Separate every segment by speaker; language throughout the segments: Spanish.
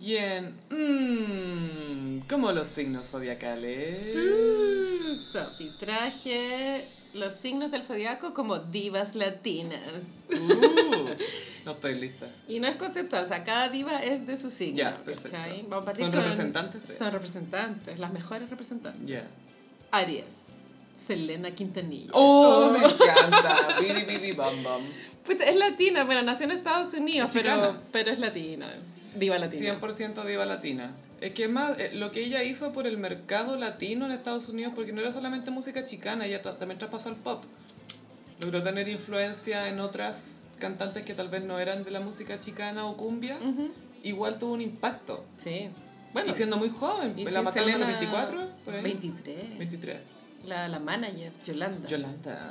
Speaker 1: Y en... Mmm, como los signos zodiacales.
Speaker 2: Sofi, traje los signos del zodiaco como divas latinas.
Speaker 1: Uh, no estoy lista.
Speaker 2: Y no es conceptual, o sea, cada diva es de su signo.
Speaker 1: Ya, perfecto.
Speaker 2: ¿cachai? Vamos a partir
Speaker 1: Son
Speaker 2: con-
Speaker 1: representantes de-
Speaker 2: Son representantes, las mejores representantes.
Speaker 1: Ya.
Speaker 2: Aries, Selena Quintanilla.
Speaker 1: ¡Oh, me encanta! Biri, biri, bam, bam.
Speaker 2: Pues es latina, bueno, nació en Estados Unidos,
Speaker 1: Es
Speaker 2: pero,
Speaker 1: chicana.
Speaker 2: pero es latina. Diva latina.
Speaker 1: 100% diva latina. Es que es más, eh, lo que ella hizo por el mercado latino en Estados Unidos, porque no era solamente música chicana, ella tra- también traspasó al pop. Logró tener influencia en otras cantantes que tal vez no eran de la música chicana o cumbia.
Speaker 2: Ujú,
Speaker 1: Igual tuvo un impacto.
Speaker 2: Sí. Mm. Bueno,
Speaker 1: y siendo muy joven,
Speaker 2: y
Speaker 1: la
Speaker 2: sí,
Speaker 1: mataron a
Speaker 2: Selena-
Speaker 1: los 24, por ahí.
Speaker 2: 23.
Speaker 1: 23.
Speaker 2: La, la manager, Yolanda,
Speaker 1: Yolanda.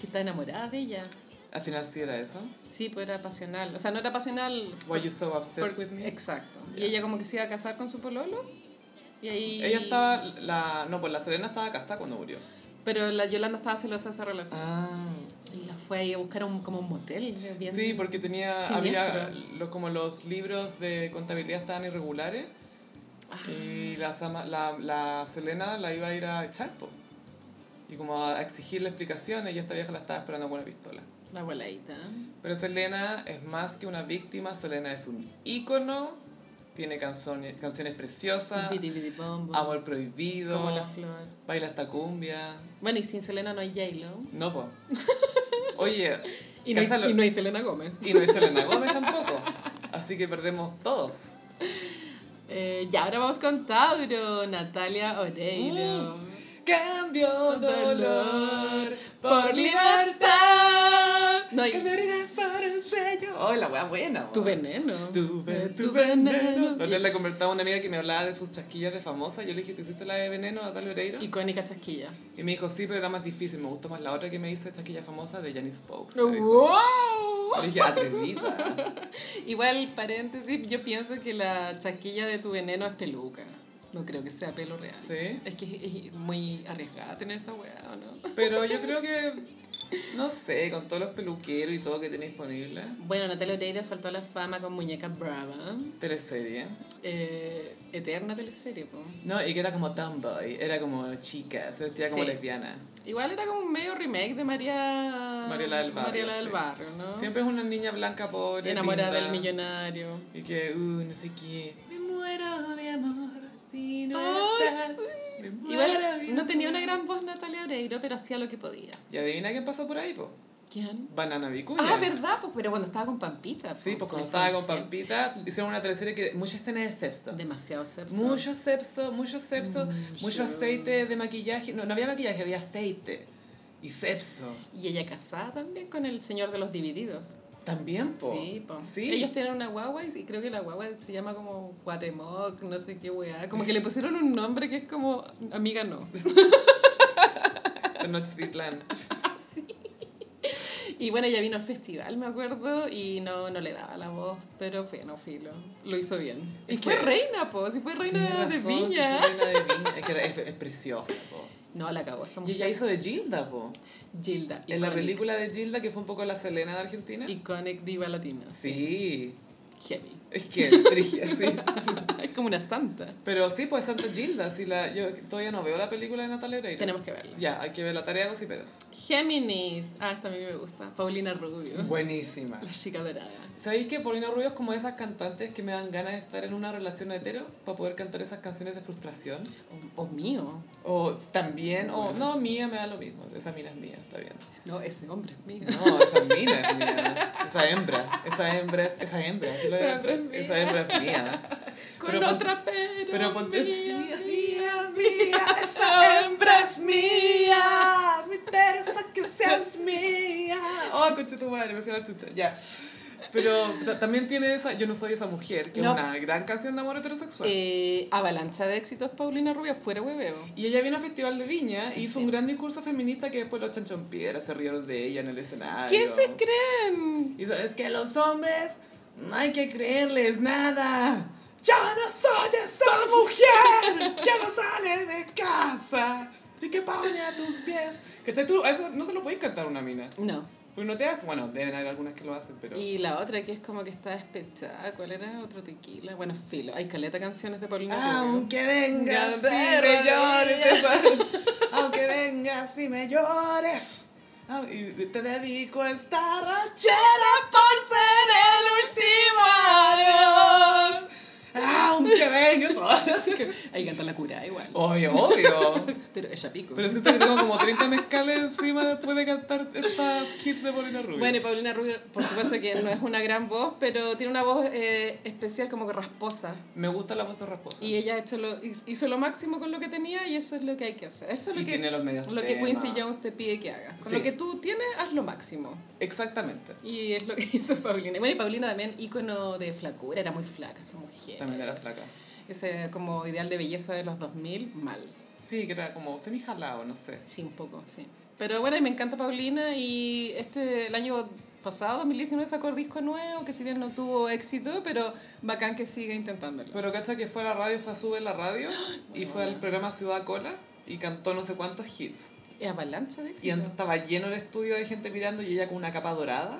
Speaker 2: que está enamorada de ella.
Speaker 1: Al final sí era eso.
Speaker 2: Sí, pues era pasional. O sea, no era pasional.
Speaker 1: Why you so obsessed
Speaker 2: por-
Speaker 1: with me?
Speaker 2: Exacto.
Speaker 1: Ya.
Speaker 2: Y ella como que se iba a casar con su pololo. Y ahí...
Speaker 1: Ella estaba, la, no, pues la Serena estaba casada cuando murió.
Speaker 2: Pero la Yolanda estaba celosa de esa relación.
Speaker 1: Ah.
Speaker 2: Y la fue ahí a buscar un, como un motel. eh, Bien.
Speaker 1: Sí, porque tenía,
Speaker 2: Siniestro.
Speaker 1: había, lo- como los libros de contabilidad estaban irregulares
Speaker 2: Ah.
Speaker 1: y la, Sama- la, la Selena la iba a ir a echar, po. Y como a exigirle explicaciones y esta vieja la estaba esperando con una pistola.
Speaker 2: La abuelita.
Speaker 1: Pero Selena es más que una víctima, Selena es un ícono, tiene canciones, canciones preciosas,
Speaker 2: Bidi, bidi, bom, bom.
Speaker 1: Amor Prohibido,
Speaker 2: Como la flor.
Speaker 1: Baila esta cumbia.
Speaker 2: Bueno, y sin Selena no hay J-Lo.
Speaker 1: No, po. Oye,
Speaker 2: Y, no hay-
Speaker 1: cacha lo-
Speaker 2: y no hay Selena Gómez.
Speaker 1: y no hay Selena Gómez tampoco. Así que perdemos todos.
Speaker 2: Eh, ya, ahora vamos con Tauro, Natalia Oreiro.
Speaker 1: Ah. Cambio
Speaker 2: dolor
Speaker 1: dolor
Speaker 2: por
Speaker 1: por libertad. Cambiarías por un sueño. Oh, la wea buena.
Speaker 2: Tu
Speaker 1: weón.
Speaker 2: veneno.
Speaker 1: Tu,
Speaker 2: Eh,
Speaker 1: ve- tu veneno. La otra vez le conversaba a una amiga que me hablaba de sus chasquillas de famosa. Yo le dije, ¿te hiciste la de veneno, Natalia Oreiro? Y,
Speaker 2: Icónica chasquilla.
Speaker 1: me dijo, sí, pero era más difícil. Me gustó más la otra que me dice chasquilla famosa de Janice Pope. Le
Speaker 2: Uh,
Speaker 1: dijo.
Speaker 2: ¡Wow!
Speaker 1: Le dije, atrevida.
Speaker 2: Igual, paréntesis, yo pienso que la chasquilla de tu veneno es peluca. No creo que sea pelo real.
Speaker 1: Sí.
Speaker 2: Es que es- es muy arriesgada tener esa weá, ¿o no?
Speaker 1: Pero yo creo que. No sé, con todos los peluqueros y todo que tiene disponible.
Speaker 2: Bueno, Natalia Oreiro saltó a la fama con Muñeca Brava.
Speaker 1: Teleserie.
Speaker 2: Eh, eterna teleserie, po.
Speaker 1: No, y que era como tomboy, era como chica, se vestía como
Speaker 2: Sí.
Speaker 1: lesbiana.
Speaker 2: Igual era como un medio remake de María...
Speaker 1: Mariela del Barrio,
Speaker 2: Mariela del
Speaker 1: sí.
Speaker 2: Barrio, ¿no?
Speaker 1: Siempre es una niña blanca pobre.
Speaker 2: Enamorada
Speaker 1: linda,
Speaker 2: del millonario.
Speaker 1: Y que, uh, no sé qué. Me muero de amor si no
Speaker 2: Oh,
Speaker 1: estás. Me muero de
Speaker 2: Igual no
Speaker 1: amor.
Speaker 2: tenía una gran voz Natalia Oreiro, pero hacía lo que podía.
Speaker 1: Y adivina quién pasó por ahí, po.
Speaker 2: ¿Quién?
Speaker 1: Banana Vicuña.
Speaker 2: Ah, ¿verdad? Pues, pero cuando estaba con Pampita. pues,
Speaker 1: Sí, pues cuando
Speaker 2: le
Speaker 1: estaba con
Speaker 2: fue
Speaker 1: Pampita, hicieron una teleserie que muchas escenas de sexo.
Speaker 2: Demasiado sexo.
Speaker 1: Mucho sexo, mucho sexo,
Speaker 2: Mucho.
Speaker 1: mucho aceite de maquillaje. No, no había maquillaje, había aceite. Y sexo.
Speaker 2: Y ella casada también con el señor de los divididos.
Speaker 1: También, po.
Speaker 2: Sí, po.
Speaker 1: Oh, Sí.
Speaker 2: Ellos tienen una guagua y y creo que la guagua se llama como Guatemoc, no sé qué weá. Como que le pusieron un nombre que es como amiga no.
Speaker 1: Tenochtitlán.
Speaker 2: Y bueno, ella vino al festival, me acuerdo, y no, no le daba la voz, pero fue, no filo. Lo hizo bien. Y
Speaker 1: Es
Speaker 2: fue
Speaker 1: que-
Speaker 2: reina, po. Si fue reina
Speaker 1: Tiene
Speaker 2: de
Speaker 1: razón,
Speaker 2: Viña.
Speaker 1: que fue reina de Viña. Es que era- es, es preciosa, po.
Speaker 2: No, la cagó esta
Speaker 1: Y
Speaker 2: mujer.
Speaker 1: ella hizo de Gilda, po.
Speaker 2: Gilda.
Speaker 1: En la
Speaker 2: iconic.
Speaker 1: película de Gilda, que fue un poco la Selena de Argentina.
Speaker 2: Iconic diva latina.
Speaker 1: Sí.
Speaker 2: Heavy.
Speaker 1: Es que es brígida, sí.
Speaker 2: Es como una santa.
Speaker 1: Pero sí, pues Santa Gilda. Sí, la, yo todavía no veo la película de Natalia Oreiro.
Speaker 2: Tenemos que verla.
Speaker 1: Ya, hay que ver la tarea de los hiperos.
Speaker 2: Géminis. Ah, esta a mí me gusta. Paulina Rubio.
Speaker 1: Buenísima.
Speaker 2: La chica dorada.
Speaker 1: ¿Sabéis que Paulina Rubio es como de esas cantantes que me dan ganas de estar en una relación hetero para poder cantar esas canciones de frustración?
Speaker 2: O, o mío.
Speaker 1: O también, o no, mía me da lo mismo. Esa mina es mía, está bien.
Speaker 2: No, ese hombre es mío.
Speaker 1: No, esa mina es mía. Esa hembra. Esa hembra es, esa hembra. así lo
Speaker 2: Esa
Speaker 1: digo.
Speaker 2: hembra es mía.
Speaker 1: Esa hembra es mía.
Speaker 2: Con
Speaker 1: Pero pon-
Speaker 2: otra pero.
Speaker 1: Pero ponte.
Speaker 2: mía.
Speaker 1: mía, mía, Esa hembra es mía. Me interesa que seas mía. Oh, coche tu madre, me fui a la chucha. Ya. Pero ta- también tiene esa. Yo no soy esa mujer, que
Speaker 2: No.
Speaker 1: es una gran canción de amor heterosexual.
Speaker 2: Eh, avalancha de éxitos, Paulina Rubio, fuera hueveo.
Speaker 1: Y ella vino al Festival de Viña y hizo
Speaker 2: Sí.
Speaker 1: un gran discurso feminista que después los chanchón piedra se rieron de ella en el escenario.
Speaker 2: ¿Qué se creen?
Speaker 1: Y sabes que a los hombres no hay que creerles nada. Yo no soy esa mujer que no sale de casa y que pone a tus pies. Que tú, a eso no se lo podéis cantar a una mina.
Speaker 2: No.
Speaker 1: Porque no te hacen, bueno, deben haber algunas que lo hacen, pero...
Speaker 2: Y la otra que es como que está despechada, ¿cuál era? Otro tequila. Bueno, filo. Hay caleta canciones de Paulina Rubio.
Speaker 1: Aunque vengas
Speaker 2: Ya,
Speaker 1: y
Speaker 2: perro,
Speaker 1: me llores.
Speaker 2: ya.
Speaker 1: esa- Aunque vengas y me llores. Au- Y te dedico a esta ranchera por ser el último adiós. Aunque vengas.
Speaker 2: Ahí canta la cura igual.
Speaker 1: Obvio, obvio.
Speaker 2: Pero ella pico.
Speaker 1: Oh. Pero siento que tengo como 30 mezcales encima después de cantar esta kiss de Paulina Rubio.
Speaker 2: Bueno, y Paulina Rubio, por supuesto que no es una gran voz, pero tiene una voz eh, especial, como que rasposa.
Speaker 1: me gusta la voz de rasposa.
Speaker 2: Y ella hecho lo, hizo lo máximo con lo que tenía y eso es lo que hay que hacer. Eso es lo
Speaker 1: Y
Speaker 2: que,
Speaker 1: tiene los medios
Speaker 2: lo que Quincy
Speaker 1: temas.
Speaker 2: Jones te pide que hagas. Con
Speaker 1: Sí.
Speaker 2: lo que tú tienes, haz lo máximo.
Speaker 1: Exactamente.
Speaker 2: Y es lo que hizo Paulina. Bueno, y Paulina también, ícono de flacura, era muy flaca esa mujer.
Speaker 1: También era flaca.
Speaker 2: Ese como ideal de belleza de los 2000, mal.
Speaker 1: Sí, que era como semi-jalado, no sé.
Speaker 2: Sí, un poco, sí. Pero bueno, y me encanta Paulina y este, el año pasado, 2019, sacó disco nuevo, que si bien no tuvo éxito, pero bacán que siga intentándolo.
Speaker 1: Pero cacha que fue a la radio, fue a Sube la radio y fue al programa Ciudad Cola y cantó no sé cuántos hits.
Speaker 2: Es avalancha
Speaker 1: Y
Speaker 2: de
Speaker 1: antes
Speaker 2: éxito.
Speaker 1: estaba lleno el estudio de gente mirando y ella con una capa dorada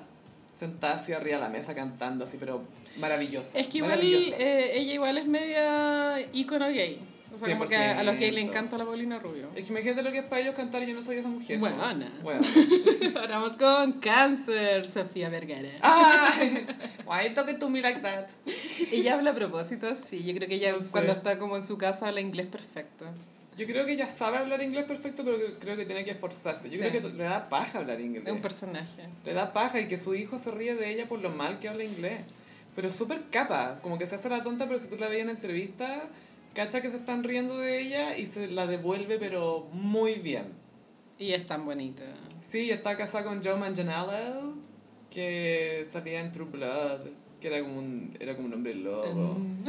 Speaker 1: sentada así arriba de la mesa cantando así, pero maravillosa.
Speaker 2: Es que igual
Speaker 1: maravillosa.
Speaker 2: eh, ella igual es media ícono gay. O sea, como que a, a los gays le
Speaker 1: 100%.
Speaker 2: encanta la Paulina Rubio.
Speaker 1: Es que imagínate lo que es para ellos cantar Yo no soy esa mujer. ¿no?
Speaker 2: Huevona.
Speaker 1: Huevona.
Speaker 2: Ahora vamos con cáncer, Sofía Vergara.
Speaker 1: ¡Ay! Why talking to me like that?
Speaker 2: Ella habla a propósito, sí. Yo creo que ella
Speaker 1: No sé.
Speaker 2: cuando está como en su casa habla inglés perfecto.
Speaker 1: Yo creo que ella sabe hablar inglés perfecto, pero que- creo que tiene que esforzarse. Yo
Speaker 2: Sí.
Speaker 1: creo que t- le da paja hablar
Speaker 2: Es un
Speaker 1: inglés.
Speaker 2: personaje.
Speaker 1: Le da paja y que su hijo se ríe de ella por lo mal que habla inglés. Pero es súper capa, como que se hace la tonta, pero si tú la veías en entrevista, cacha que se están riendo de ella y se la devuelve, pero muy bien.
Speaker 2: Y es tan bonita.
Speaker 1: Sí, está casada con Joe Manganiello, que salía en True Blood, que era como un, era como un hombre lobo.
Speaker 2: Mm.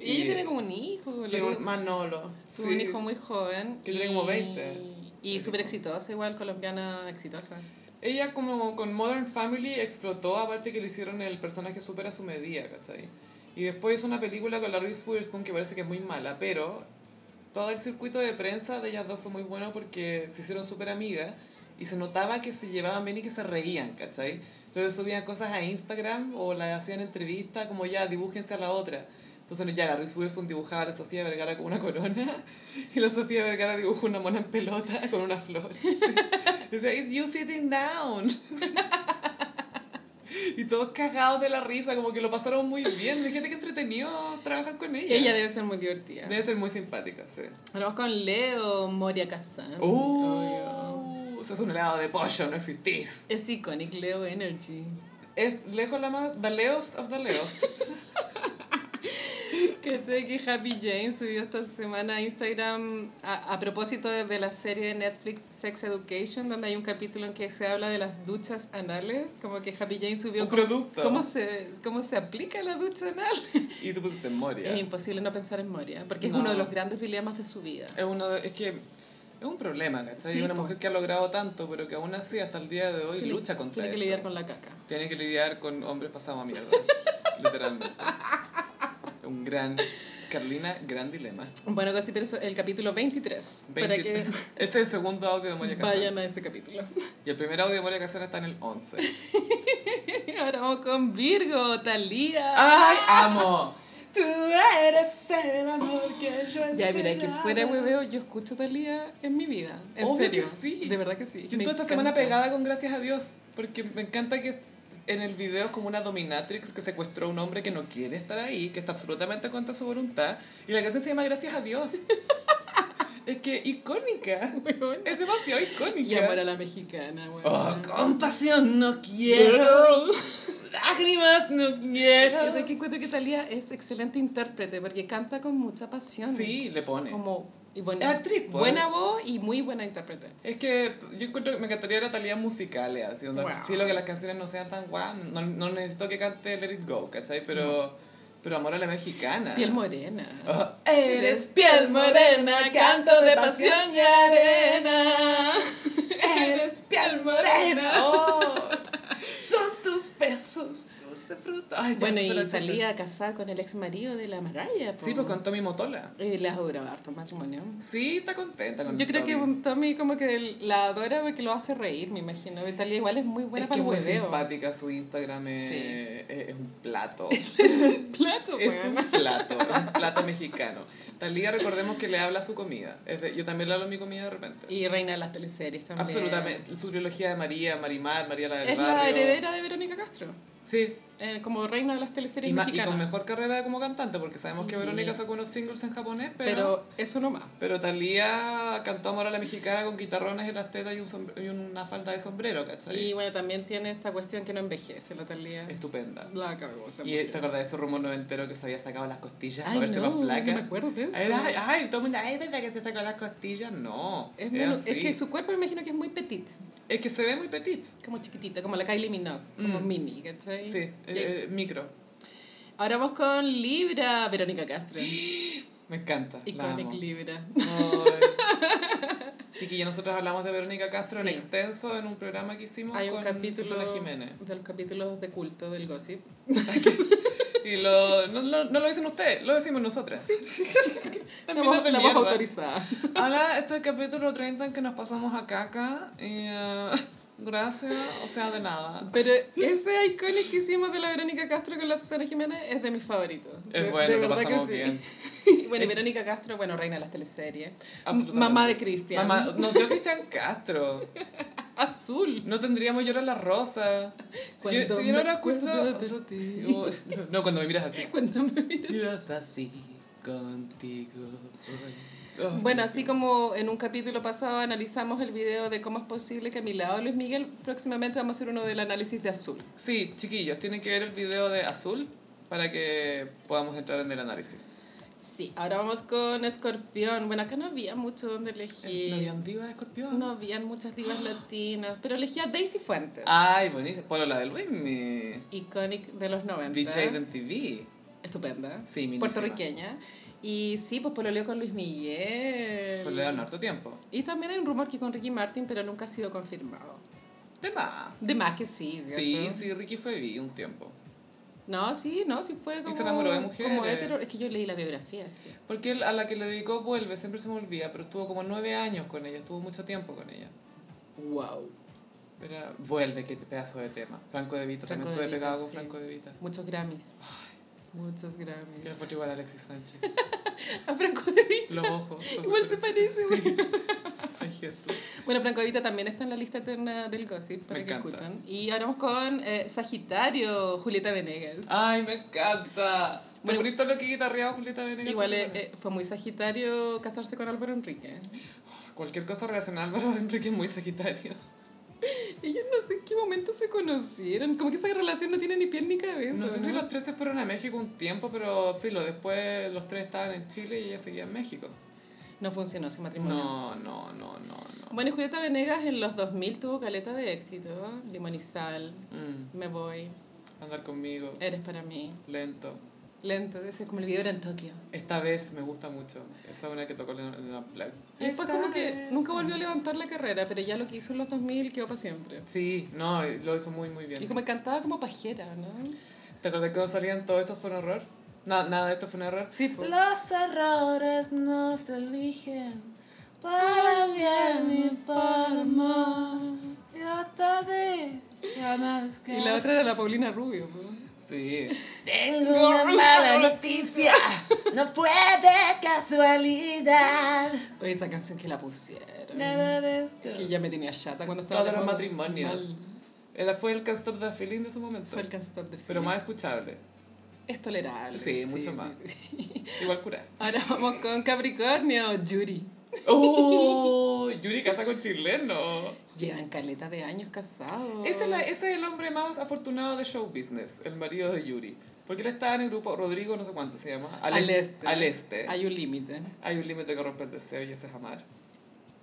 Speaker 2: Y, ella tiene como un hijo. lo
Speaker 1: Oh. Tiene
Speaker 2: que-
Speaker 1: un Manolo.
Speaker 2: tuvo un
Speaker 1: sí.
Speaker 2: hijo muy joven.
Speaker 1: Que tiene como 20.
Speaker 2: Y súper exitosa, igual colombiana exitosa.
Speaker 1: Ella como con Modern Family explotó, aparte que le hicieron el personaje súper a su medida, ¿cachai? Y después hizo una película con la Reese Witherspoon que parece que es muy mala, pero todo el circuito de prensa de ellas dos fue muy bueno porque se hicieron súper amigas y se notaba que se llevaban bien y que se reían, ¿cachai? Entonces subían cosas a Instagram o la hacían entrevista como ya, dibújense a la otra. Entonces ya la Reese Witherspoon dibujaba a la Sofía Vergara con una corona y la Sofía Vergara dibujó una mona en pelota con una flor. Dice, it's you sitting down. y todos cagados de la risa, como que lo pasaron muy bien. Fíjate que entretenido trabajar con ella.
Speaker 2: Ella debe ser muy divertida.
Speaker 1: Debe ser muy simpática, sí.
Speaker 2: Ahora vamos con Leo Moria Kazan.
Speaker 1: Oh.
Speaker 2: Obvio.
Speaker 1: Uh, o sea, es un helado de pollo, no existís.
Speaker 2: Es icónico, Leo Energy.
Speaker 1: Es lejos la más. The Leost of the Leost.
Speaker 2: Que sé que Happy Jane subió esta semana a Instagram a, a propósito de, de la serie de Netflix Sex Education, donde hay un capítulo en que se habla de las duchas anales, como que Happy Jane subió
Speaker 1: Un
Speaker 2: cómo-
Speaker 1: producto.
Speaker 2: Cómo, se, cómo se aplica la ducha anal.
Speaker 1: y tú pusiste
Speaker 2: Es
Speaker 1: Moria.
Speaker 2: imposible no pensar en Moria, porque es
Speaker 1: No.
Speaker 2: uno de los grandes dilemas de su vida.
Speaker 1: Es uno de- Es que. Es un problema, ¿cachai?
Speaker 2: Sí,
Speaker 1: una
Speaker 2: po.
Speaker 1: mujer que ha logrado tanto, pero que aún así, hasta el día de hoy, lucha contra
Speaker 2: Tiene que
Speaker 1: esto.
Speaker 2: lidiar con la caca.
Speaker 1: Tiene que lidiar con hombres pasados a mierda. literalmente. Un gran. Carolina, gran dilema.
Speaker 2: Bueno, casi pero eso, el capítulo 23, para
Speaker 1: 20
Speaker 2: que
Speaker 1: Este es el segundo audio de Moria Casán.
Speaker 2: vayan a ese capítulo.
Speaker 1: Y el primer audio de Moria Casán está en el 11.
Speaker 2: Ahora vamos con Virgo, Talía.
Speaker 1: ¡Ay, amo! Tú eres el amor que yo
Speaker 2: Ya, mira, que
Speaker 1: esperaba.
Speaker 2: fuera hueveo, yo escucho Talía en mi vida. En
Speaker 1: Obvio
Speaker 2: serio.
Speaker 1: que sí.
Speaker 2: De verdad que sí.
Speaker 1: Yo
Speaker 2: Me
Speaker 1: estuve esta
Speaker 2: encanta.
Speaker 1: semana pegada con Gracias a Dios, porque me encanta que en el video es como una dominatrix que secuestró a un hombre que no quiere estar ahí, que está absolutamente contra su voluntad, y la canción se llama Gracias a Dios. es que icónica,
Speaker 2: Muy buena.
Speaker 1: es demasiado
Speaker 2: Y amor a
Speaker 1: icónica.
Speaker 2: la mexicana, güey.
Speaker 1: Oh, compasión no quiero, lágrimas no quiero.
Speaker 2: Yo sé que encuentro que Talía es excelente intérprete porque canta con mucha pasión.
Speaker 1: Sí, le pone.
Speaker 2: Como, y buena,
Speaker 1: Es actriz, pues.
Speaker 2: Buena voz y muy buena intérprete.
Speaker 1: Es que yo encuentro que me encantaría la talía musicales, así donde
Speaker 2: Wow.
Speaker 1: sí, lo que las canciones no sean tan guau, no, no necesito que cante Let It Go, ¿cachai? Pero, pero amor a la mexicana.
Speaker 2: Piel morena.
Speaker 1: Oh,
Speaker 2: y arena. Eres piel morena.
Speaker 1: Oh, son tus besos, tus dulce fruta. Ay, ya,
Speaker 2: Bueno,
Speaker 1: pero
Speaker 2: y
Speaker 1: chucha.
Speaker 2: salía casada con el ex marido de la Mariah.
Speaker 1: Sí, pues con Tommy Motola.
Speaker 2: Y le hago grabar tu matrimonio.
Speaker 1: Sí, está contenta con
Speaker 2: Yo creo
Speaker 1: Tommy.
Speaker 2: que Tommy como que la adora porque lo hace reír, me imagino. Natalia igual es muy buena
Speaker 1: es que
Speaker 2: para
Speaker 1: es
Speaker 2: el
Speaker 1: muy
Speaker 2: hueveo.
Speaker 1: simpática, su Instagram es,
Speaker 2: Sí.
Speaker 1: es- es un plato.
Speaker 2: Plato,
Speaker 1: es un
Speaker 2: weón.
Speaker 1: plato, es un plato mexicano. Talía, recordemos que le habla su comida. Es de- yo también le hablo mi comida de repente.
Speaker 2: Y reina de las teleseries también.
Speaker 1: Absolutamente. Su trilogía de María, Marimar, María la del
Speaker 2: Es
Speaker 1: Barrio.
Speaker 2: la heredera de Verónica Castro,
Speaker 1: Sí,
Speaker 2: eh, como reina de las teleseries
Speaker 1: y, ma- y
Speaker 2: mexicanas.
Speaker 1: con mejor carrera como cantante, porque sabemos que
Speaker 2: Sí.
Speaker 1: Verónica sacó unos singles en japonés, pero...
Speaker 2: pero... eso no más.
Speaker 1: Pero, Talía cantó Amor a la Mexicana con guitarrones en las tetas y, un sombre- y una falda de sombrero, ¿cachai?
Speaker 2: Y bueno, también tiene esta cuestión que no envejece, la Talía.
Speaker 1: Estupenda.
Speaker 2: La cagó. esa
Speaker 1: ¿Y
Speaker 2: mujer.
Speaker 1: te acordás de ese rumor noventero que se había sacado las costillas para
Speaker 2: Ay,
Speaker 1: verse
Speaker 2: no,
Speaker 1: más
Speaker 2: no me
Speaker 1: flaca?
Speaker 2: acuerdo de eso.
Speaker 1: Era- ay, todo el mundo, ay, ¿es verdad que se sacó las costillas? No.
Speaker 2: es,
Speaker 1: Es,
Speaker 2: menu-
Speaker 1: así.
Speaker 2: es que su cuerpo me imagino que es muy petit,
Speaker 1: Es que se ve muy petit.
Speaker 2: como chiquitita, como la Kylie Minogue, como
Speaker 1: Mm.
Speaker 2: mini, ¿cachai?
Speaker 1: Sí, eh,
Speaker 2: Y-
Speaker 1: eh, micro.
Speaker 2: Ahora vamos con Libra, Verónica Castro.
Speaker 1: Me encanta. La
Speaker 2: Iconic
Speaker 1: amo.
Speaker 2: Libra.
Speaker 1: Ay. Chiquilla, nosotros hablamos de Verónica Castro en
Speaker 2: Sí.
Speaker 1: extenso en un programa que hicimos
Speaker 2: Hay un
Speaker 1: con
Speaker 2: capítulo
Speaker 1: Susana Jiménez.
Speaker 2: de los capítulos de culto del gossip.
Speaker 1: Y lo, no, no- no lo dicen ustedes, lo decimos nosotras.
Speaker 2: La
Speaker 1: Términos
Speaker 2: voz,
Speaker 1: de
Speaker 2: la voz
Speaker 1: mierda.
Speaker 2: autorizada.
Speaker 1: Ahora, este es el capítulo 30 en que nos pasamos a caca. y, eh, gracias, o sea, de nada.
Speaker 2: Pero ese iconic que hicimos de la Verónica Castro con la Susana Jiménez es de mis favoritos.
Speaker 1: Es
Speaker 2: De-
Speaker 1: bueno,
Speaker 2: de
Speaker 1: lo
Speaker 2: verdad que
Speaker 1: pasamos
Speaker 2: sí.
Speaker 1: bien. Eh.
Speaker 2: Bueno, y Verónica Castro, bueno, reina de las teleseries.
Speaker 1: Absolutamente.
Speaker 2: Mamá de Cristian.
Speaker 1: Mamá, nos dio Cristian Castro.
Speaker 2: Azul.
Speaker 1: No tendríamos llorar la rosa. Si yo,
Speaker 2: Cuando
Speaker 1: si yo no
Speaker 2: me
Speaker 1: ahora escucho.
Speaker 2: acuerdo
Speaker 1: o- o- No, cuando me miras así.
Speaker 2: Cuando me miras.
Speaker 1: Miras así contigo. Oh.
Speaker 2: Bueno, así como en un capítulo pasado analizamos el video de cómo es posible que a mi lado Luis Miguel, próximamente vamos a hacer uno del análisis de Azul.
Speaker 1: Sí, chiquillos, tienen que ver el video de Azul para que podamos entrar en el análisis.
Speaker 2: Sí, ahora vamos con Escorpión. Bueno, acá no había mucho donde elegir.
Speaker 1: Eh, ¿No habían divas de escorpión?
Speaker 2: No habían muchas divas latinas, pero elegí a Daisy Fuentes.
Speaker 1: Ay, buenísimo. Polo la del Luismi.
Speaker 2: Iconic de los 90.
Speaker 1: DJ de MTV.
Speaker 2: Estupenda.
Speaker 1: Sí, minísima.
Speaker 2: Puertorriqueña. Y sí, pues pololeo con Luis Miguel.
Speaker 1: Pues le dan harto tiempo.
Speaker 2: Y también hay un rumor que con Ricky Martin, pero nunca ha sido confirmado.
Speaker 1: De más.
Speaker 2: De más que sí, ¿cierto?
Speaker 1: Sí, sí, Ricky fue vi un tiempo.
Speaker 2: No, sí, no, sí fue como...
Speaker 1: se enamoró de mujeres.
Speaker 2: Como hetero. Es que yo leí la biografía, sí.
Speaker 1: Porque él, a la que le dedicó Vuelve, siempre se me olvida, pero estuvo como nueve años con ella, estuvo mucho tiempo con ella.
Speaker 2: Wow.
Speaker 1: Era, vuelve, qué pedazo de tema. Franco de Vita,
Speaker 2: Franco
Speaker 1: también
Speaker 2: de
Speaker 1: estuve
Speaker 2: Vita,
Speaker 1: pegado con
Speaker 2: sí.
Speaker 1: Franco de Vita.
Speaker 2: Muchos Grammys. Muchos
Speaker 1: Yo
Speaker 2: Grammys.
Speaker 1: fue igual a Alexis Sánchez.
Speaker 2: A Franco de Vita.
Speaker 1: Los ojos. son
Speaker 2: Igual se parece, güey.
Speaker 1: Ay, gente.
Speaker 2: Bueno, Franco de Vita también está en la lista eterna del gossip, para
Speaker 1: Me
Speaker 2: que
Speaker 1: encanta.
Speaker 2: escuchen. Y ahora vamos con eh, Sagitario, Julieta Venegas.
Speaker 1: Ay, me encanta.
Speaker 2: Bueno,
Speaker 1: Bueno, lo que guitarreaba Julieta Venegas.
Speaker 2: Igual
Speaker 1: esta
Speaker 2: eh,
Speaker 1: semana.
Speaker 2: eh, fue muy sagitario casarse con Álvaro Enrique. eh.
Speaker 1: Cualquier cosa relacionada a Álvaro Enrique es muy sagitario.
Speaker 2: Ellos no sé en qué momento se conocieron. Como que esa relación no tiene ni pie ni cabeza.
Speaker 1: No sé si
Speaker 2: ¿no?
Speaker 1: los tres se fueron a México un tiempo, pero filo, después los tres estaban en Chile y ella seguía en México.
Speaker 2: No funcionó ese matrimonio.
Speaker 1: No, no, no, no, no.
Speaker 2: Bueno, y Julieta Venegas en los 2000 tuvo caleta de éxito. Limón y sal,
Speaker 1: Mm,
Speaker 2: me voy,
Speaker 1: andar conmigo,
Speaker 2: eres para mí.
Speaker 1: lento.
Speaker 2: Lento, ese como el video era en Tokio.
Speaker 1: Esta vez me gusta mucho. Esa es una que tocó en en la play.
Speaker 2: Y después como que nunca volvió a levantar la carrera, pero ya lo que hizo en los 2000 quedó para siempre.
Speaker 1: Sí, no, lo hizo muy, muy bien.
Speaker 2: Y como que cantaba como pajera, ¿no?
Speaker 1: ¿Te acordás cuando salían todo esto fue un error? No, nada de esto fue un error.
Speaker 2: Sí, pues.
Speaker 1: Los errores nos eligen para bien y para mal. Y hasta así jamás
Speaker 2: Y la otra era la Paulina Rubio. ¿no?
Speaker 1: Sí.
Speaker 3: Tengo una mala noticia, no fue de casualidad.
Speaker 2: Oye, esa canción que la pusieron.
Speaker 3: Nada de esto.
Speaker 2: Que ya me tenía chata cuando estaba.
Speaker 1: Todos
Speaker 2: de
Speaker 1: los
Speaker 2: moda.
Speaker 1: matrimonios.
Speaker 2: Mal.
Speaker 1: Ella fue el can't stop the feeling de su momento.
Speaker 2: Fue el can't stop the
Speaker 1: Pero
Speaker 2: feeling.
Speaker 1: más escuchable.
Speaker 2: Es tolerable.
Speaker 1: Sí, mucho más.
Speaker 2: sí.
Speaker 1: Igual cura.
Speaker 2: Ahora vamos con Capricornio, Yuri.
Speaker 1: ¡Oh! Yuri casa con chileno.
Speaker 2: Llevan caleta de años casados.
Speaker 1: Ese es, la- ese es el hombre más afortunado de show business, el marido de Yuri. Porque él estaba en el grupo Rodrigo, no sé cuánto se llama.
Speaker 2: Al, este.
Speaker 1: Al este. Hay,
Speaker 2: Hay un límite.
Speaker 1: un límite que rompe el deseo y ese es amar.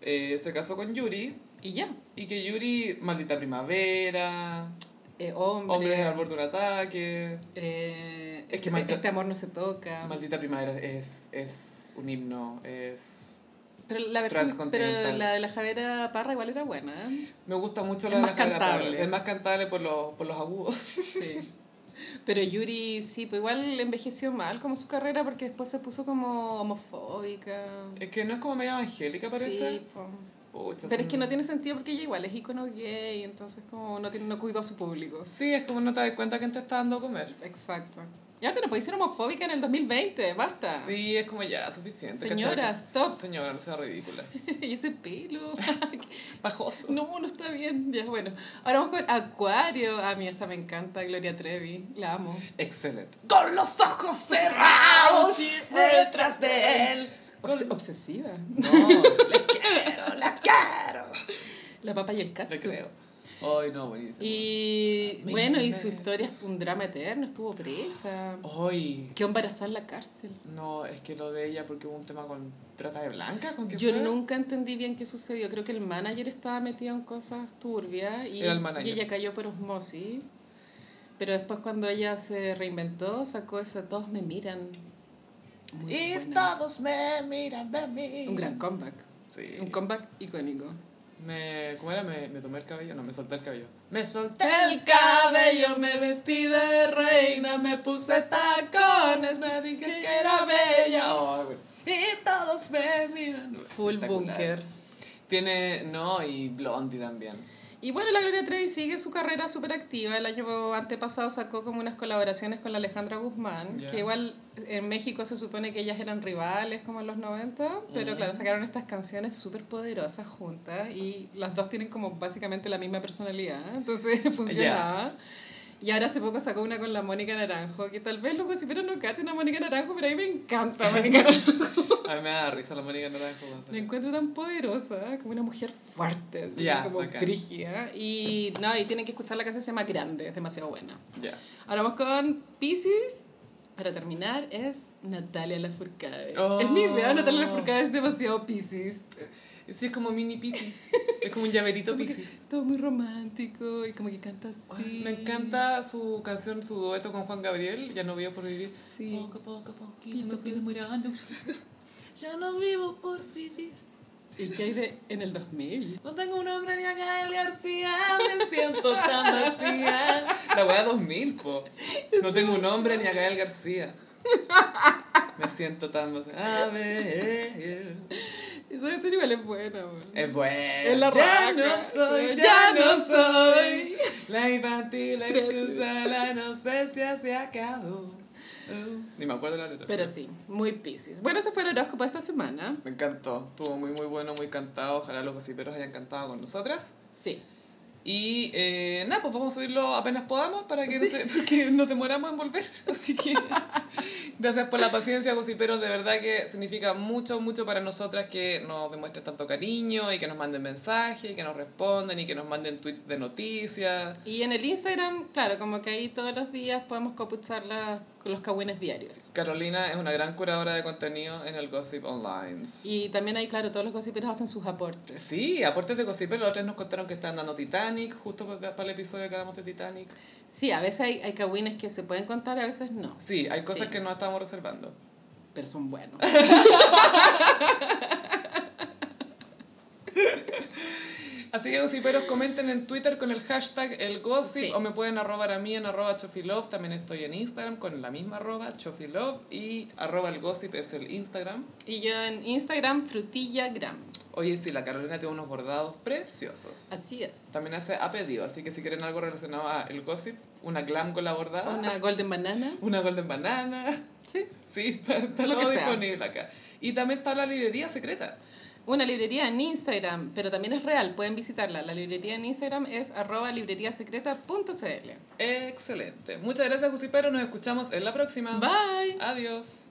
Speaker 1: Eh, se casó con Yuri
Speaker 2: Y ya.
Speaker 1: y que Yuri, maldita primavera,
Speaker 2: Eh, hombre.
Speaker 1: hombres al borde de un ataque.
Speaker 2: eh,
Speaker 1: Es que
Speaker 2: este,
Speaker 1: maldita-
Speaker 2: este amor no se toca.
Speaker 1: Maldita primavera es, es un himno, es...
Speaker 2: Pero la versión. Pero
Speaker 1: Transcontinental.
Speaker 2: la de la Javera Parra igual era buena. ¿eh?
Speaker 1: Me gusta mucho
Speaker 2: Es
Speaker 1: la de
Speaker 2: más
Speaker 1: la Javiera
Speaker 2: cantable.
Speaker 1: Parra. Es más cantable por los, por los agudos.
Speaker 2: Sí. Pero Yuri sí, pues igual envejeció mal como su carrera porque después se puso como homofóbica.
Speaker 1: Es que no es como media evangélica, parece.
Speaker 2: Sí, po.
Speaker 1: Pucha,
Speaker 2: Pero
Speaker 1: sí.
Speaker 2: es que no tiene sentido porque ella igual es icono gay, entonces como no, tiene, no cuidó a su público.
Speaker 1: Sí, es como no te das cuenta que te está dando a comer.
Speaker 2: Exacto. Y ahora te lo podéis ser homofóbica en el 2020, basta.
Speaker 1: Sí, es como ya, suficiente. ¿cachai?
Speaker 2: Ah. Señora, stop.
Speaker 1: Señora, no sea ridícula.
Speaker 2: y ese pelo.
Speaker 1: Pajoso.
Speaker 2: no, no está bien. Ya, bueno. Ahora vamos con Acuario. A mí esta me encanta, Gloria Trevi. La amo.
Speaker 1: Excelente.
Speaker 3: Con los ojos cerrados detrás de él.
Speaker 2: Obs- obsesiva.
Speaker 1: No,
Speaker 3: Pero la quiero.
Speaker 2: La papa y el katsu.
Speaker 1: le creo. Ay, no, buenísimo.
Speaker 2: Y bueno, y su historia es un drama eterno. Estuvo presa.
Speaker 1: Ay,
Speaker 2: Quedó embarazada en la cárcel.
Speaker 1: no, es que lo de ella porque hubo un tema con trata de blanca, ¿con qué
Speaker 2: Yo
Speaker 1: fue?
Speaker 2: nunca entendí bien qué sucedió. Creo que el manager estaba metido en cosas turbias y,
Speaker 1: Era el manager.
Speaker 2: y ella cayó por osmosis. Pero después cuando ella se reinventó, sacó esa Todos me miran. Muy
Speaker 3: Y
Speaker 2: buena.
Speaker 3: todos me miran, me
Speaker 2: Un
Speaker 3: miran.
Speaker 2: gran comeback.
Speaker 1: Sí.
Speaker 2: Un comeback icónico.
Speaker 1: Me, ¿Cómo era? Me, me tomé el cabello, no, me solté el cabello. Me solté.
Speaker 2: El cabello me vestí de reina, me puse tacones, me dije que era bella.
Speaker 1: Ay, Oh, bueno.
Speaker 3: Y todos me miran.
Speaker 2: Full
Speaker 1: Espectacular.
Speaker 2: bunker.
Speaker 1: Tiene, no, y Blondie también.
Speaker 2: Y bueno, la Gloria Trevi sigue su carrera súper activa. El año antepasado sacó como unas colaboraciones con la Alejandra Guzmán,
Speaker 1: Ya.
Speaker 2: que igual en México se supone que ellas eran rivales como en los 90, pero claro, sacaron estas canciones súper poderosas juntas y las dos tienen como básicamente la misma personalidad, ¿eh? entonces funcionaba. Y ahora hace poco sacó una con la Mónica Naranjo, que tal vez los gossiperos no cachen una Mónica Naranjo, pero a mí me encanta Mónica Naranjo.
Speaker 1: A mí me da risa la Mónica Naranjo.
Speaker 2: Me encuentro tan poderosa, como una mujer fuerte, así
Speaker 1: Ya,
Speaker 2: como
Speaker 1: bacán.
Speaker 2: brígida. Y no, y tienen que escuchar la canción, se llama Grande, es demasiado buena.
Speaker 1: Ya.
Speaker 2: Ahora vamos con Pisces. Para terminar es Natalia Lafourcade.
Speaker 1: Oh.
Speaker 2: Es mi idea, Natalia Lafourcade es demasiado Pisces.
Speaker 1: Sí, es como mini Pisces. Es como un llaverito
Speaker 2: Como que
Speaker 1: Pisces.
Speaker 2: Todo muy romántico y como que canta así.
Speaker 1: Me encanta su canción, su dueto con Juan Gabriel, Ya no vivo por vivir.
Speaker 2: Sí.
Speaker 3: Poco a poco, a poquito me fui enamorando. Ya no vivo por vivir.
Speaker 2: ¿Y qué hay de en el 2000?
Speaker 3: No tengo un hombre ni a Gael García. Me siento tan vacía.
Speaker 1: La weá 2000, po. No tengo un nombre ni a Gael García. Me siento tan... vacía. A ver.
Speaker 2: Esa canción igual es buena, weón.
Speaker 1: Es bueno.
Speaker 2: Es la
Speaker 1: Eh, ya
Speaker 2: raja.
Speaker 1: no soy,
Speaker 2: Sí,
Speaker 1: ya,
Speaker 2: ya
Speaker 1: no
Speaker 2: no
Speaker 1: soy.
Speaker 2: soy.
Speaker 1: La infantil
Speaker 2: Tres.
Speaker 1: excusa, la inocencia se acabó. Uh, Ni me acuerdo la letra.
Speaker 2: Pero sí, muy Pisces. Bueno, este fue el horóscopo de esta semana.
Speaker 1: Me encantó. Estuvo muy, muy bueno, muy cantado. Ojalá los gossiperos hayan cantado con nosotras.
Speaker 2: Sí.
Speaker 1: Y eh, nada, pues vamos a subirlo apenas podamos para que, no, se, porque nos demoramos en volver. Así que gracias por la paciencia, gossiperos. De verdad que significa mucho, mucho para nosotras que nos demuestren tanto cariño y que nos manden mensajes y que nos respondan y que nos manden tweets de noticias.
Speaker 2: Y en el Instagram, claro, como que ahí todos los días podemos copuchar las- los cagüines diarios.
Speaker 1: Carolina es una gran curadora de contenido en el gossip online.
Speaker 2: Y también ahí, claro, todos los gossiperos hacen sus aportes.
Speaker 1: Sí, aportes de gossiperos. Los otros nos contaron que están dando Titanic, justo para para el episodio que hablamos de Titanic.
Speaker 2: Sí, a veces hay, hay cagüines que se pueden contar, a veces no,
Speaker 1: Sí, hay cosas
Speaker 2: Sí.
Speaker 1: que no estamos reservando.
Speaker 2: pero son buenos.
Speaker 1: Así que gossiperos, comenten en Twitter con el hashtag el gossip
Speaker 2: Sí.
Speaker 1: o me pueden arrobar a mí en arroba chofilove. También estoy en Instagram con la misma arroba chofilove y arroba el gossip es el Instagram.
Speaker 2: Y yo en Instagram, frutillagram.
Speaker 1: Oye, sí, la Carolina tiene unos bordados preciosos.
Speaker 2: Así es.
Speaker 1: También hace a pedido, así que si quieren algo relacionado a el gossip, una glam con la bordada,
Speaker 2: Una golden banana.
Speaker 1: una golden banana,
Speaker 2: Sí.
Speaker 1: sí, está, está
Speaker 2: Lo que
Speaker 1: todo
Speaker 2: sea.
Speaker 1: disponible acá. Y también está la librería secreta.
Speaker 2: Una librería en Instagram, pero también es real, pueden visitarla. La librería en Instagram es arroba libreriasecreta.cl.
Speaker 1: Ah. Excelente. Muchas gracias, gossiperos. Nos escuchamos en la próxima.
Speaker 2: Bye.
Speaker 1: Adiós.